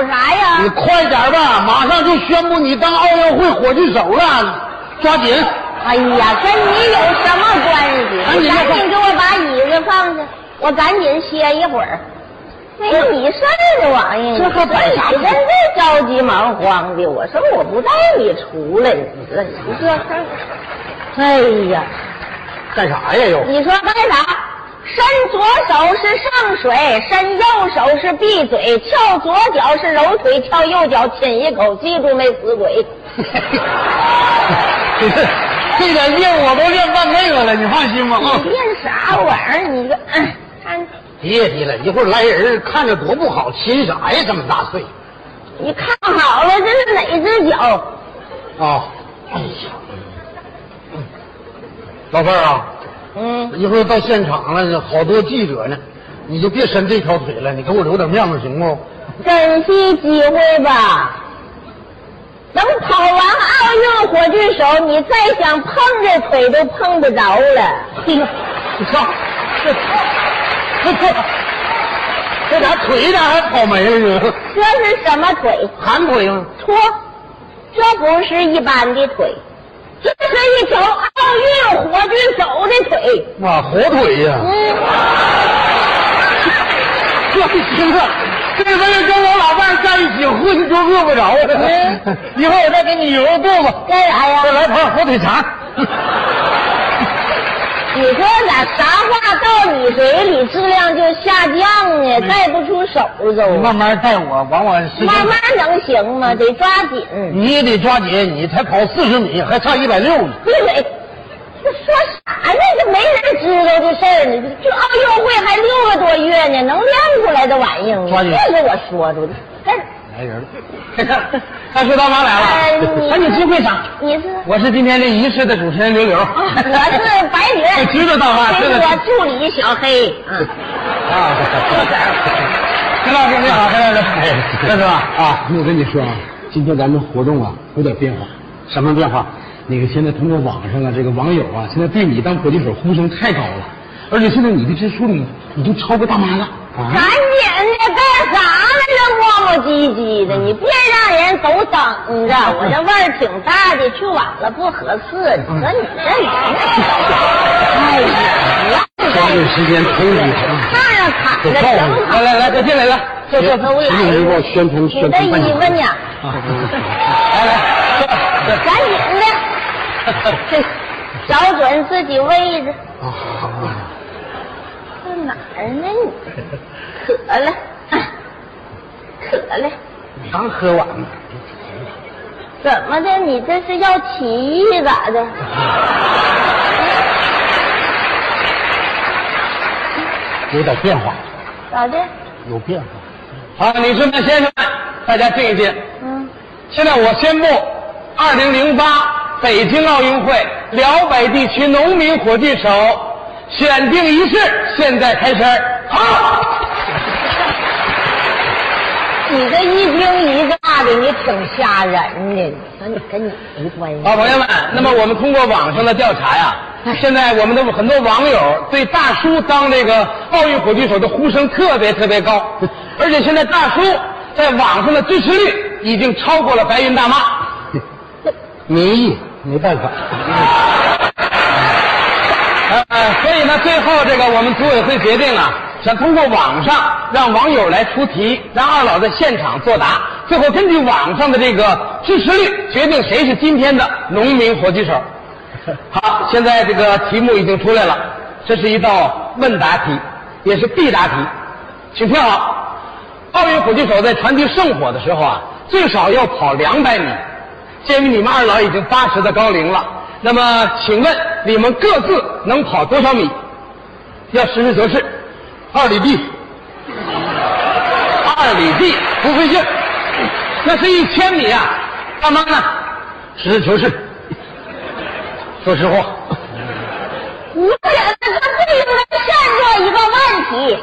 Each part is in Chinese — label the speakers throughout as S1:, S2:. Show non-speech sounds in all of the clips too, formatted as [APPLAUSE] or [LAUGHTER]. S1: 哎啊
S2: 快点吧，马上就宣布你当奥运会火炬手了，抓紧！
S1: 哎呀，跟你有什么关系？
S2: 赶紧
S1: 啊你
S2: 吧
S1: 赶紧给我把椅子放下，我赶紧歇一会儿。没你事儿啊，王爷，
S2: 这还
S1: 你
S2: 摆啥
S1: 真是着急忙慌的。我说我不带你出来，你这你这事儿，哎呀，
S2: 干啥呀又？
S1: 你说干啥？伸左手是上水，伸右手是闭嘴，翘左脚是揉腿，翘右脚亲一口，记住没，死鬼！
S2: 你这 [LAUGHS] 这点业务我都练半辈子了，你放心吧啊
S1: 你！练啥玩意儿？你个，嗯看、
S2: 别提了，一会儿来人看着多不好，亲啥呀？这么大岁
S1: 你看好了，这是哪只脚？
S2: 啊！哎呀，嗯老伴儿啊，
S1: 嗯，
S2: 一会儿到现场了，好多记者呢，你就别伸这条腿了，你给我留点面子行不？
S1: 珍惜机会吧。等跑完奥运火炬手，你再想碰这腿都碰不着了。
S2: 哎呀，你看，这这这这俩腿咋还跑没了呢？
S1: 这是什么腿？
S2: 寒腿吗？
S1: 错，这不是一般的腿，这是一条奥运火炬手的腿。
S2: 哇，火腿呀、
S1: 嗯，
S2: 这寻思，这回跟我老伴儿在一起混就饿不着了。一会儿我再给你揉揉肚子，
S1: 干啥
S2: 再
S1: 呀？
S2: 来盘火腿肠。
S1: 你说咋啥话到你嘴里质量就下降呢？
S2: 嗯
S1: 带不出手
S2: 你
S1: 都。
S2: 慢慢带我往我身
S1: 慢慢能行
S2: 嗯
S1: 吗？得抓紧。
S2: 你也得抓紧，你才跑四十米，还差一百六呢。
S1: 闭嘴！这说啥呢？这没人知道这事儿呢。这奥运会还六个多月呢，能练出来的玩意儿吗？
S2: 抓紧
S1: 这是我说出的。但是
S2: 来人了， [LAUGHS] 大叔大妈
S1: 哎
S2: 来了，赶紧进会场。
S1: 你是
S2: 我是今天这仪式的主持人刘刘，
S1: 啊，我是白
S2: [LAUGHS] 我
S1: 云，
S2: 知道大妈，
S1: 这
S2: 知
S1: 是
S2: 道
S1: 我助理小黑。嗯，
S2: 啊，陈老师你好，陈老师，这是吧？
S3: 啊，我跟你说啊，今天咱们活动啊有点变化，
S2: 什么变化？
S3: 那个现在通过网上啊，这个网友啊，现在对你当火炬手呼声太高了，而且现在你的支持率已经超过大妈了
S1: 赶
S3: 啊！
S1: 紧的，干啥呢？这磨磨唧唧
S2: 嗯
S1: 的，你别让人都等着。我这味儿挺大的，去晚了不合适。
S2: 嗯
S1: 你说你这人，哎呀，
S3: 抓紧时间推你啊！
S1: 看着躺着挺好
S2: 来。来来，快进来来，
S1: 这这都来
S3: 你给我宣传
S1: 你
S3: 宣
S1: 的
S3: 传半
S1: 衣服
S3: 年
S1: 呢？
S2: 来来，
S1: 赶紧的，找准自己位置。
S3: 啊！
S1: 这哪儿呢？你渴了，哎渴了，
S2: 刚喝完呢。
S1: 怎么的？你这是要起义咋的？
S2: 有点变化，
S1: 咋的？
S2: 有变化。好，女士们、先生们，大家静一静。
S1: 嗯，
S2: 现在我宣布，二零零八北京奥运会辽北地区农民火炬手选定仪式现在开始。好，
S1: 你这一惊一乍的，你挺吓人的。你说你跟你没关系。
S2: 好朋友们，那么我们通过网上的调查呀，
S3: 哎
S2: 现在我们的很多网友对大叔当这个奥运火炬手的呼声特别特别
S3: [LAUGHS]
S2: 高，而且现在大叔在网上的支持率已经超过了白云
S3: [LAUGHS]
S2: 大妈。
S3: 民意没办法，
S2: 呃，所以呢，最后这个我们组委会决定啊，想通过网上让网友来出题，让二老在现场作答，最后根据网上的这个支持率决定谁是今天的农民火炬手。好，现在这个题目已经出来了，这是一道问答题，也是必答题，请听好。奥运火炬手在传递圣火的时候啊，最少要跑两百米。鉴于你们二老已经八十的高龄了，那么请问你们各自能跑多少米？要实事求是，二里地，二里地不费劲，那是一千米啊！大妈呢？实事求是，说实话，
S1: 我觉得这不应该算作一个问题，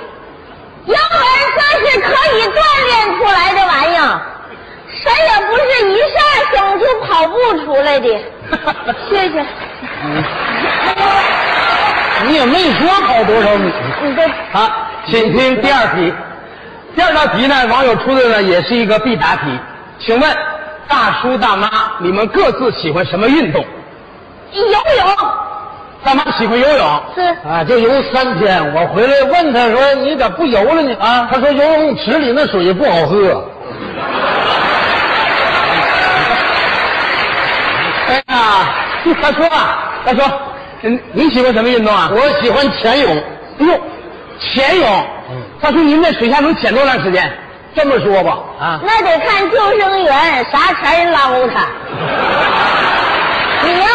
S1: 要不然这是可以锻炼出来的玩意儿，谁也不是一下生就跑步出来 [LAUGHS] 的。谢谢，
S2: 你也没说跑多少米。啊
S1: 你这
S2: 好，请听第二题。第二道题呢，网友出的呢也是一个必答题，请问大叔大妈，你们各自喜欢什么运动？
S1: 游泳
S2: 大妈喜欢游泳，
S1: 是
S3: 啊，就游三天，我回来问他说你咋不游了呢？啊，他说游泳池里那水不好喝。
S2: [LAUGHS] 哎
S3: [LAUGHS]
S2: 呀，大叔啊，大叔，嗯，你喜欢什么运动啊？
S3: 我喜欢潜泳，
S2: 哎呦，潜泳。大叔，您在水下能潜多长时间？这么说吧，啊，
S1: 那得看救生员啥钱捞他。你要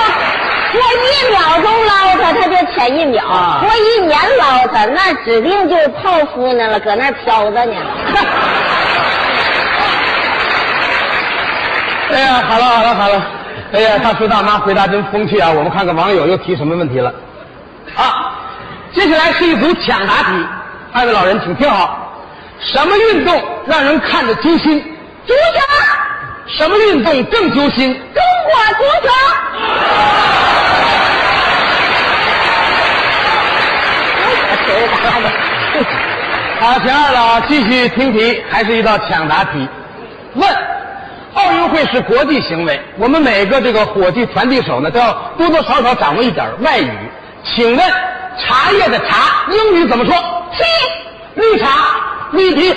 S1: 过一秒钟捞他，他就潜一秒；
S2: 啊
S1: 过一年捞他，那指定就泡芙呢了，搁那儿飘着呢。
S2: 哎呀，好了好了好了，哎呀，大叔大妈回答真风趣啊！我们看看网友又提什么问题了。啊，接下来是一组抢答题，二位老人请听好：什么运动让人看着揪心？啊
S1: 足球，
S2: 什么运动更揪心？
S1: 中国足球。谁打的？
S2: 好，请二老继续听题，还是一道抢答题。问：奥运会是国际行为，我们每个这个火炬传递手呢，都要多多少少掌握一点外语。请问，茶叶的茶英语怎么说？tea，绿茶，绿皮，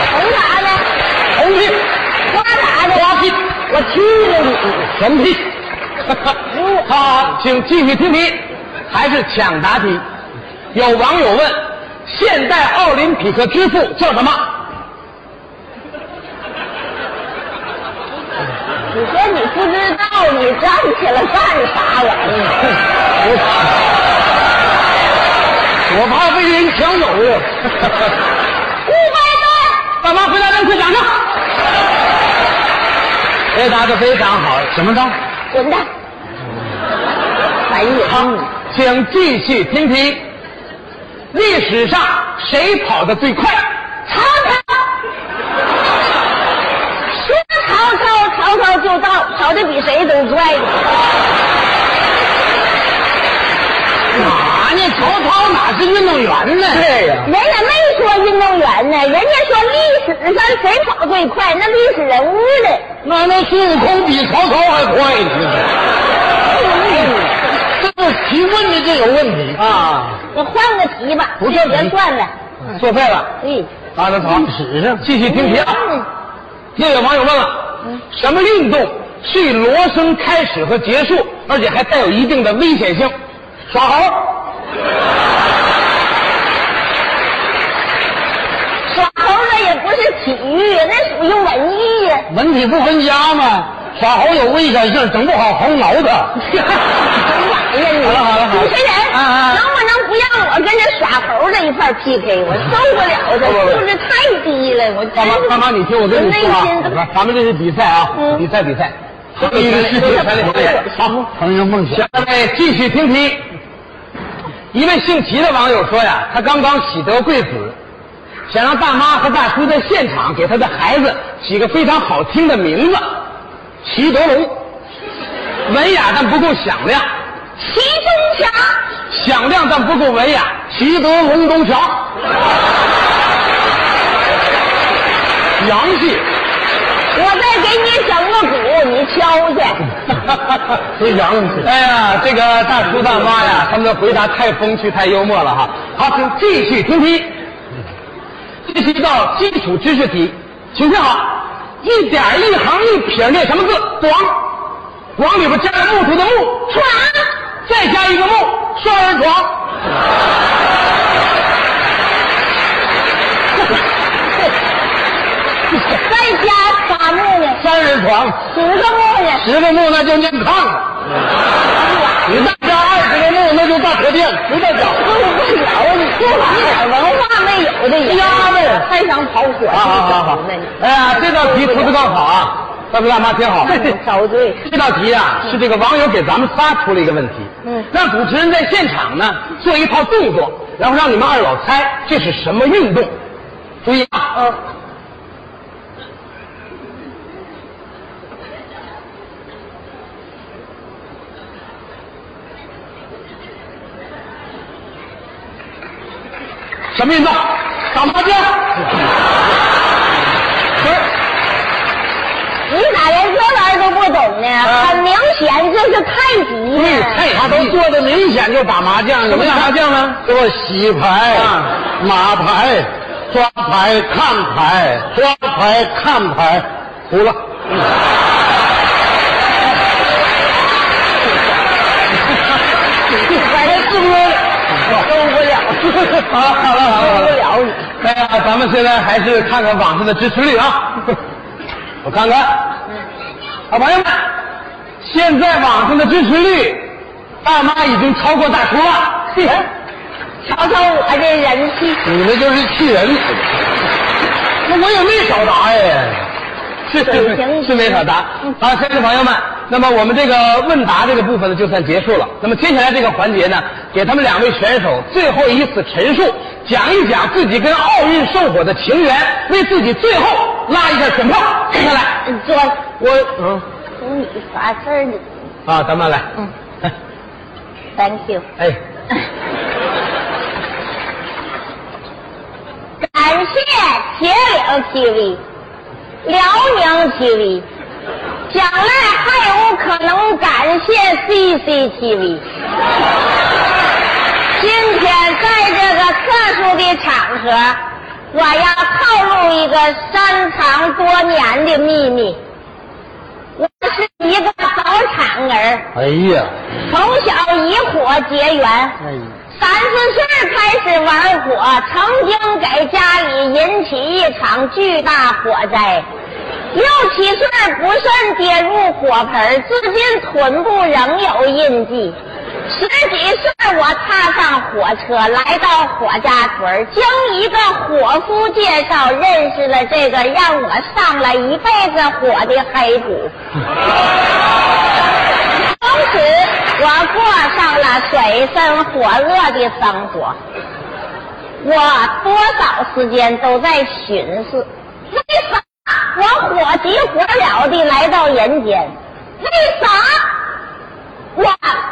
S1: 红打的，
S2: 红皮，
S1: 花打的。
S2: 花皮，
S1: 我去了你！
S2: 什么皮？好好，请继续听题，还是抢答题。有网友问：现代奥林匹克之父叫什么？
S1: 你说你不知道，你站起来干啥玩意儿？
S2: 我怕被人抢走了。
S1: 顾拜
S2: 大妈回答咱快掌声。回哎答的非常好，怎么着？
S1: 拜，滚蛋！烦
S2: 好
S1: 人！，
S2: 请继续听题。历史上谁跑得最快？
S1: 曹操，说曹操，曹操就到，跑得比谁都快呢。
S2: 哪呢？曹操哪是运动员呢？对呀、
S1: 人家没说运动员呢，人家说历史上谁跑最快，那历史人物呢？
S2: 那那孙悟空比曹操还快呢。
S3: 这个提问的就有问题
S2: 啊，
S1: 我换个题吧，
S2: 不
S1: 这
S2: 是
S1: 别
S2: 题
S1: 算了。
S2: 作废了。
S1: 嗯，
S2: 啊，那好，
S3: 史上
S2: 继续听题啊。又有网友问了，什么运动是以锣声开始和结束，而且还带有一定的危险性？耍猴，
S1: 耍猴子也不是体育，那属于文艺呀。
S2: 文体不分家嘛，耍猴有危险性，整不好猴挠他。 [LAUGHS] 好了好了好
S1: 主
S2: 了，
S1: 持人，
S2: 啊啊
S1: 能不能不让我跟这耍猴的一块儿 PK？我受不了
S2: 不不
S1: 这
S2: 不
S1: 素质太低了，我
S2: 大妈
S1: 真是
S2: 大妈，你听我跟你说
S1: 我内心都
S2: 啊，咱们这是比赛啊，
S1: 嗯
S2: 比赛比赛，
S3: 这
S2: 这个是体育全力
S3: 力好，成人梦
S2: 下
S3: 想。
S2: 面继续听题。一位姓齐的网友说呀，他刚刚喜得贵子，想让大妈和大叔在现场给他的孩子起个非常好听的名字，齐德龙，文雅但不够响亮，
S1: 齐中强，
S2: 响亮但不够文雅，齐德龙东强，洋气，
S1: 我再给你整个鼓，你敲去。
S3: 非常
S2: 哎呀，这个大叔大妈呀，他们的回答太风趣、太幽默了哈。好，请继续听题。这是一道基础知识题，请听好：一点一横一撇念什么字？广，广里边加个木头的木，床，再加一个木，双人床。
S1: 再加仨木呢，
S2: 三人床，
S1: 十个木呢，
S2: 十个木那就念炕了。
S1: 嗯
S2: 你再加二十个木，那就大河店，不代表。
S1: 受嗯不了你这玩意儿文化没有的也
S2: 瞎呗
S1: 还想跑火
S2: 啊好好好好
S1: 呢，啊你
S2: 哎呀，这道题出的更好啊！大叔大
S1: [LAUGHS]
S2: 妈听好，
S1: 遭罪。
S2: 这道题啊，是这个网友给咱们仨出了一个问题，
S1: 嗯
S2: 让主持人在现场呢做一套动作，然后让你们二老猜这是什么运动。注意啊，
S1: 嗯，
S2: 什么运动？打麻将。
S1: 呢，很明显这是太极
S2: 对，
S1: 呀。
S2: 啊太
S3: 他都
S2: 极
S3: 做的明显就打麻将，
S2: 嗯哎什么
S3: 你
S2: 打
S3: 看
S2: 麻将呢？
S3: 做洗牌、
S2: 啊
S3: 马牌、抓牌、看牌、抓牌、看牌，服
S2: [LAUGHS]
S3: 了。
S2: 反正哎是不是受不了？ [LAUGHS] 好了好了好了，
S1: 受不了你。
S2: 哎呀，咱们现在还是看看网上的支持率啊！我看看，好朋友们，现在网上的支持率，大妈已经超过大叔了。
S1: 瞧瞧我这人气，
S3: 你们就是气人，
S2: 那我也没少答呀，是
S1: 行行
S2: 是是没少答。好，亲爱的朋友们，那么我们这个问答这个部分呢，就算结束了。那么接下来这个环节呢，给他们两位选手最后一次陈述，讲一讲自己跟奥运圣火的情缘，为自己最后拉一下选票。接下来，
S1: 这
S2: 我嗯
S1: 你啥事儿呢
S2: 啊，咱们来，
S1: 嗯
S2: 哎
S1: ？Thank you，
S2: 哎，
S1: 感谢铁岭 TV、辽宁 TV，将来还有可能感谢 CCTV。今天在这个特殊的场合，我要透露一个深藏多年的秘密。我是一个早产儿，
S3: 哎呀，
S1: 从小以火结缘。
S3: 哎呀，
S1: 三四岁开始玩火，曾经给家里引起一场巨大火灾。六七岁不慎跌入火盆，至今臀部仍有印记。十几岁我踏上火车，来到火家屯，经一个伙夫介绍认识了这个让我上了一辈子火的黑主。从此，我过上了水深火热的生活。我多少时间都在寻思，为啥我火急火燎的来到人间？为啥我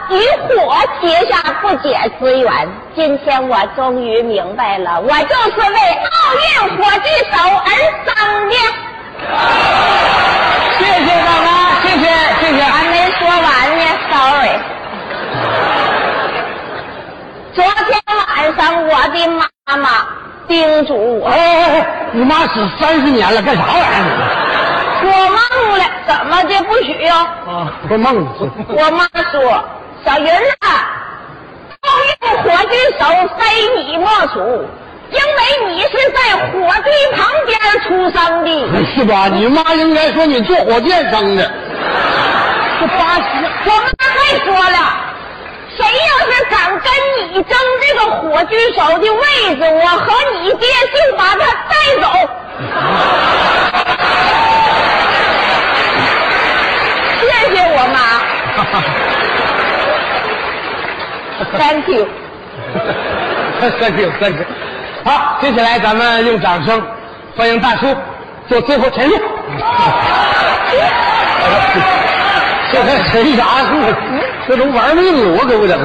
S1: 与火结下不解之缘？今天我终于明白了，我就是为奥运火炬手而生的。
S2: 谢谢大妈，谢谢谢谢。
S3: 哎
S1: 还没说完呢，sorry。昨天晚上我的妈妈叮嘱我，
S3: 哎哎哎，你妈死三十年了，干啥玩意儿
S1: 我梦了，怎么的不许呀？
S3: 你？啊，做梦呢。 [LAUGHS]
S1: 我妈说，小云啊，奥运火炬手非你莫属，因为你是在火堆旁边出生的。
S3: 哎是吧？你妈应该说你坐火箭生的。 [LAUGHS] 这八十，
S1: 我妈还说了，谁要是敢跟你争这个火炬手的位置，我和你爹就把他带走。 [LAUGHS] 谢谢我
S3: [LAUGHS]
S1: 妈，Thank you。
S2: Thank you, thank you。好，接下来咱们用掌声欢迎大叔做最后
S3: [LAUGHS]
S2: 陈述。
S3: 这还谁啥数？这都玩命了，我可不整。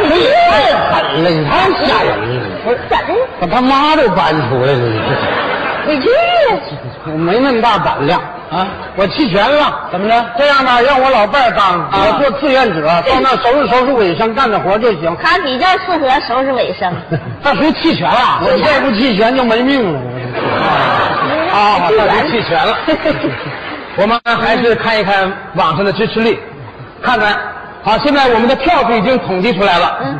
S3: 你太狠了，你哎太
S1: 哎
S3: 吓人了，
S1: 怎？
S3: 把他妈都搬出来了，
S1: 你去，
S3: 我没那么大胆量啊！我弃权了，
S2: 怎么着？
S3: 这样吧，让我老伴儿当，
S2: 啊
S3: 我做志愿者，到那收拾收拾卫生，干点活就行。
S1: 他比较适合收拾卫生。
S2: [LAUGHS] 大叔弃权了
S3: 我再不弃权就没命了。
S2: 啊，大叔弃权 [LAUGHS] 了。我们还是看一看网上的支持率，看看。好，现在我们的票数已经统计出来了。嗯。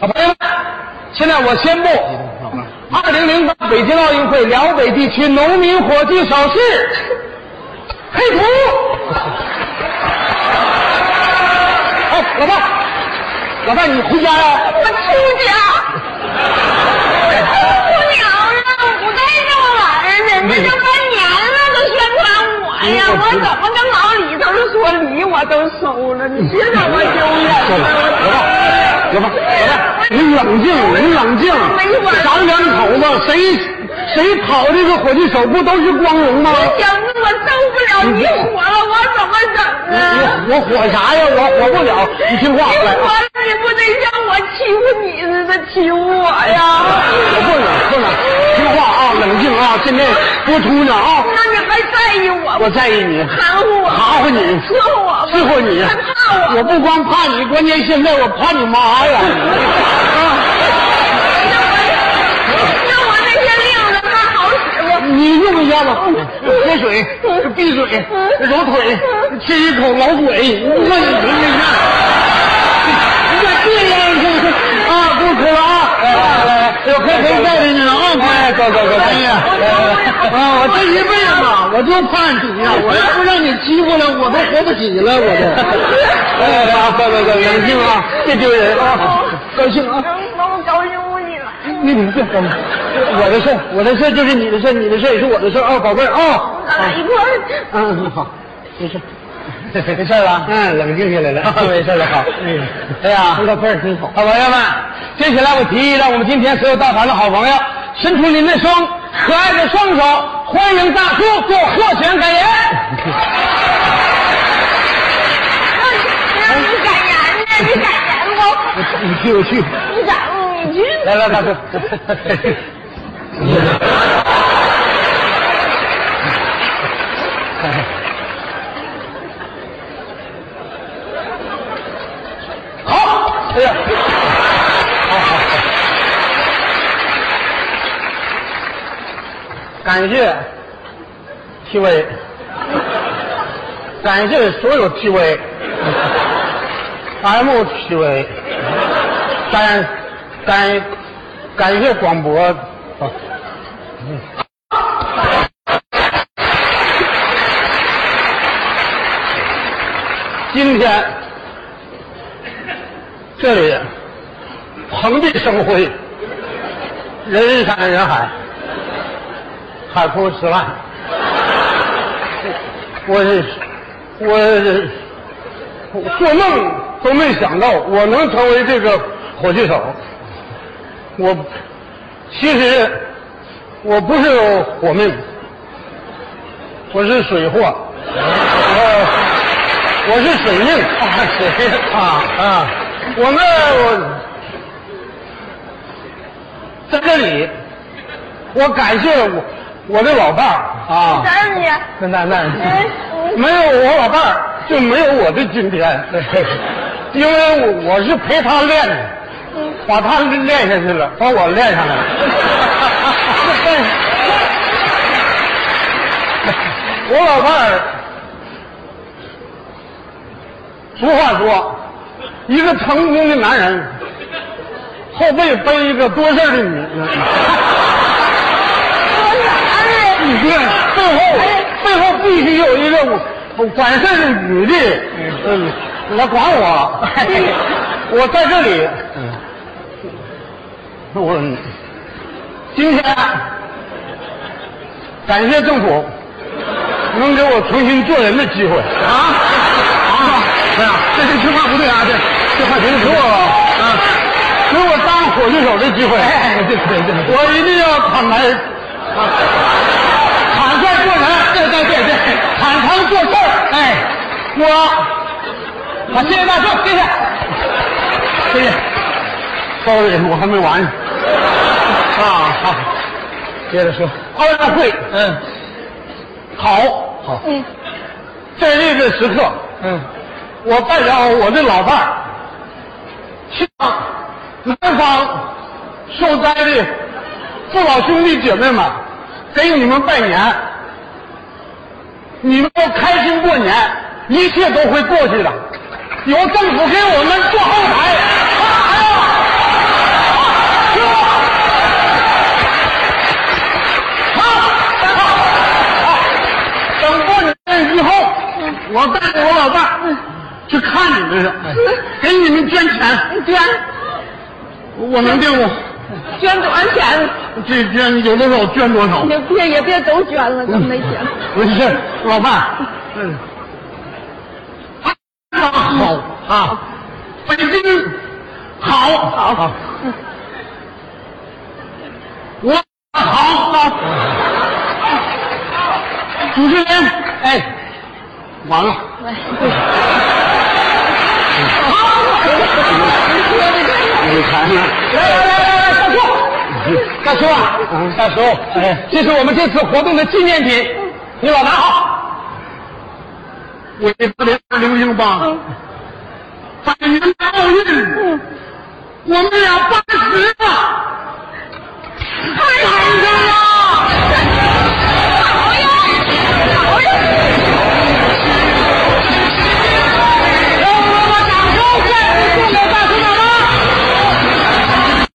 S2: 好，朋友们，现在我宣布，嗯二零零八北京奥运会辽北地区农民火炬手是黑土。 [LAUGHS] 哎，老伴，老伴，你回家呀、
S1: 我出家。我娘啊，不带这么玩的，这都半年了，都宣传我呀，我怎么跟老李头说梨我都收了，你别让我
S3: 算了，
S1: 丢
S3: 老
S1: 脸
S3: 伴
S1: 了。
S3: 儿，老伴儿，老伴儿，你冷静，你冷静。咱两口子谁谁跑这个火炬手不都是光荣吗？
S1: 我想着我受不了你火了，我怎么整啊？
S3: 我我火啥呀？我火不了，你听
S1: 你
S3: 话
S1: 火
S3: 来
S1: 了
S3: 啊！，
S1: 你不得像我欺负你似的欺负我呀？
S3: 我不冷不冷，听话啊！
S2: 冷静啊，现在播出呢啊！
S1: 那你还在意我
S2: 我
S1: 吗？
S2: 在意你，
S1: 含糊我，
S2: 含糊你，
S1: 伺候我吗，
S2: 伺候你
S1: 还怕我，吗？
S2: 我不光怕你，关键现在我怕你妈呀！
S1: 那我那些令子还好使吗？
S2: 你用一下子，喝水，闭嘴，揉腿，吃一口老鬼，我你你看，你咋这样啊？不哭了啊！来来来，有快陪带着你了啊！哎，走走走，哎呀，啊，我这一辈子嘛，我就怕你呀，我要不让你欺负了，我都活不起了，我都。
S3: 来来来啊，乖乖乖，冷静啊，别丢人啊！
S2: 高兴啊！
S1: 能能高兴不你了？
S2: 你你这怎么？我的事儿，我的事儿就是你的事儿，你的事儿也是我的事儿啊、宝贝儿啊。 [LAUGHS]
S1: 咱俩一块儿。
S2: 嗯，好，没事，
S3: 没事吧？ [LAUGHS]
S2: 嗯，冷静下来了，
S3: 啊没事了，好。哎
S2: [LAUGHS] 哎
S3: 呀
S2: 呀，，这个辈儿挺好。
S3: 好朋友们，接下来我提议，让我们今天所有到场的好朋友伸出您的双可爱的双手，欢迎大叔做获选感言。
S1: 那哎你敢言呢？你敢言不？
S2: [LAUGHS] 你去，我去。
S1: 你敢？你去。
S2: 哎
S3: 来来，大叔，好，哎呀，
S2: 感谢 TV，感谢所有 TV、MTV，感 [LAUGHS] 感感谢广播。今天这里蓬荜生辉，人山人海。海枯石烂。我我我做梦都没想到我能成为这个火炬手。我其实我不是火命，我是水货。呃我是水命啊，水啊啊！我们我在这里，我感谢我我的老伴儿啊。
S1: 咱们呢？
S2: 那那那
S1: 嗯，嗯
S2: 没有我老伴儿，就没有我的今天。 [LAUGHS] 因为我我是陪他练的，把他练下去了，把我练上来了。 [LAUGHS] 我老伴儿，俗话说，一个成功的男人后背背一个多事儿的女人。
S1: 说啥呢？
S2: 你这背后背后必须有一个我管事儿的女的，嗯，来管我， [LAUGHS] 我在这里，我今天感谢政府能给我重新做人的机会啊啊！哎呀，这这这话不对啊，这这话给我啊，给我当火炬手的机会，哎，对对对，我一定要坦白。坦率做人，对对对对，坦诚做事儿。哎，我，好，谢谢大叔，谢谢，谢谢。Sorry，我还没完呢。啊，好，接着说。奥运会，嗯，好，好，
S1: 嗯，
S2: 在这个时刻，
S3: 嗯，
S2: 我代表我的老伴儿，向南方受灾的父老兄弟姐妹们，给你们拜年，你们要开心过年，一切都会过去的。由政府给我们做后台。等过年之后，我带着我老伴儿去看你们去，给你们捐钱，
S1: 捐
S2: 我能给我
S1: 捐多少钱？
S2: 这捐有多少捐多少。
S1: 也别也别都捐了，都没钱。
S2: 不是，老伴儿，嗯，哎好啊，北京好，好，好，我好，好，主持人，哎，完了，
S1: 说的对。
S2: 你看看，来来来来来，大叔，大叔啊，
S3: 嗯
S2: 大叔，哎，这是我们这次活动的纪念品，你老拿好。嗯
S3: 我一八零零零八，百年奥运